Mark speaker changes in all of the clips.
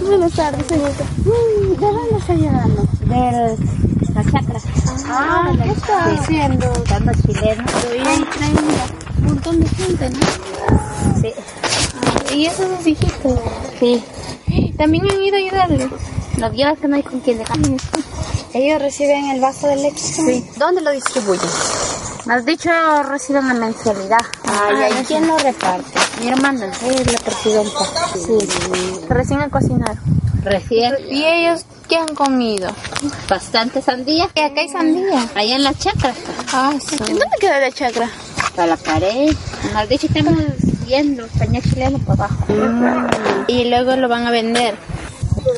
Speaker 1: Buenas tardes, señorita. Mm, ¿De dónde está llegando?
Speaker 2: Del, la chacra.
Speaker 1: Ah, ¿qué está haciendo?
Speaker 2: Estando chileno.
Speaker 1: Ahí traen un montón de gente, ¿no?
Speaker 2: Sí.
Speaker 1: Ah, y esos dos viejitos.
Speaker 2: Sí.
Speaker 1: También han ido a ayudarle.
Speaker 2: Los llevas que no hay con quién dejar.
Speaker 1: Ellos reciben el vaso de leche. Sí.
Speaker 2: ¿Dónde lo distribuyen? Me has dicho reciben la mensualidad. Ah,
Speaker 1: Ay, Ah, ¿y quién lo reparte?
Speaker 2: Mi hermana es la presidenta.
Speaker 1: Sí. Recién al cocinar.
Speaker 2: Recién.
Speaker 1: ¿Y ellos qué han comido?
Speaker 2: Bastante sandía.
Speaker 1: Y acá hay sandía.
Speaker 2: Allá en la chacra.
Speaker 1: Ah, sí. ¿Dónde queda la chacra?
Speaker 2: Para la pared. Me has dicho estamos viendo español chileno por abajo. Mm.
Speaker 1: Y luego lo van a vender.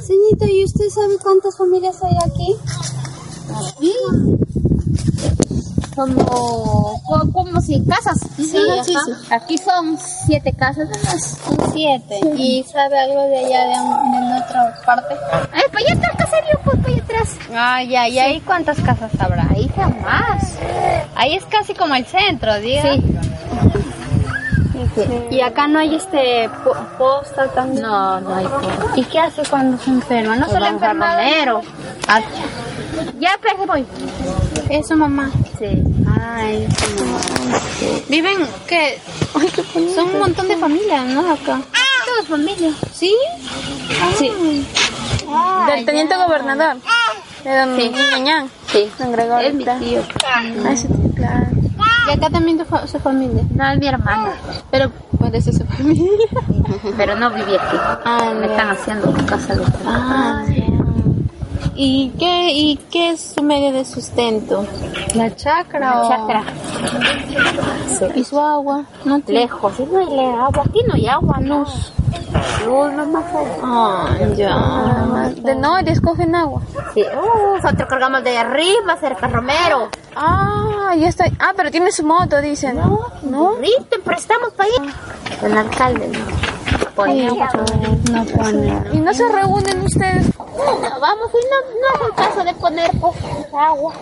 Speaker 1: Señorita, ¿y usted sabe cuántas familias hay aquí?
Speaker 2: Como, co- como si casas.
Speaker 1: Sí,
Speaker 2: Ajá.
Speaker 1: sí,
Speaker 2: Aquí son siete casas nomás.
Speaker 1: Son siete. ¿Y sabe algo de allá, de, un- de otra parte?
Speaker 2: Ay, pues ya está el caserío, pues para allá atrás.
Speaker 3: Ah, ya, ¿y ahí cuántas casas habrá?
Speaker 2: Ahí jamás.
Speaker 3: Ahí es casi como el centro, diga.
Speaker 2: Sí.
Speaker 1: Y acá no hay este po- posta también.
Speaker 2: No, no hay forma.
Speaker 3: ¿Y qué hace cuando se enferma? No se le
Speaker 2: Vamos a
Speaker 3: enferma. de-
Speaker 2: Romero. Ah, Ya, pues voy.
Speaker 1: Es su mamá.
Speaker 2: Sí.
Speaker 1: Ay, Viven que son un montón de familias, ¿no? Acá.
Speaker 2: Todos familia.
Speaker 1: ¿Sí? Sí. Del teniente gobernador. De don Ñuñán.
Speaker 2: Sí.
Speaker 1: Don Gregorio.
Speaker 2: Es mi
Speaker 1: claro.
Speaker 2: tío.
Speaker 1: Ah, sí, claro. Y acá también tu fa- su familia.
Speaker 2: No es mi hermana.
Speaker 1: Pero parece su familia.
Speaker 2: Pero no viví aquí.
Speaker 1: Ah,
Speaker 2: Me
Speaker 1: ya.
Speaker 2: están haciendo casa de
Speaker 1: Ah, ¿Y qué, ¿Y qué es su medio de sustento?
Speaker 3: La chacra o...
Speaker 2: chacra.
Speaker 1: ¿Y su agua? No te...
Speaker 2: Lejos. Sí, no hay le- agua. Aquí no hay agua. Luz. Luz, no más hay.
Speaker 1: Ah, ya. De no, escogen agua.
Speaker 2: Sí. Uh, nosotros cargamos de arriba, cerca de Romero.
Speaker 1: Ah, ya está. Ah, pero tiene su moto, dicen. No, no.
Speaker 2: ¿Viste? Prestamos para ir. El alcalde. ¿no? Por ahí.
Speaker 3: No pone.
Speaker 1: Y no se reúnen ustedes.
Speaker 2: No, vamos, y no, no es el caso de poner pues, agua.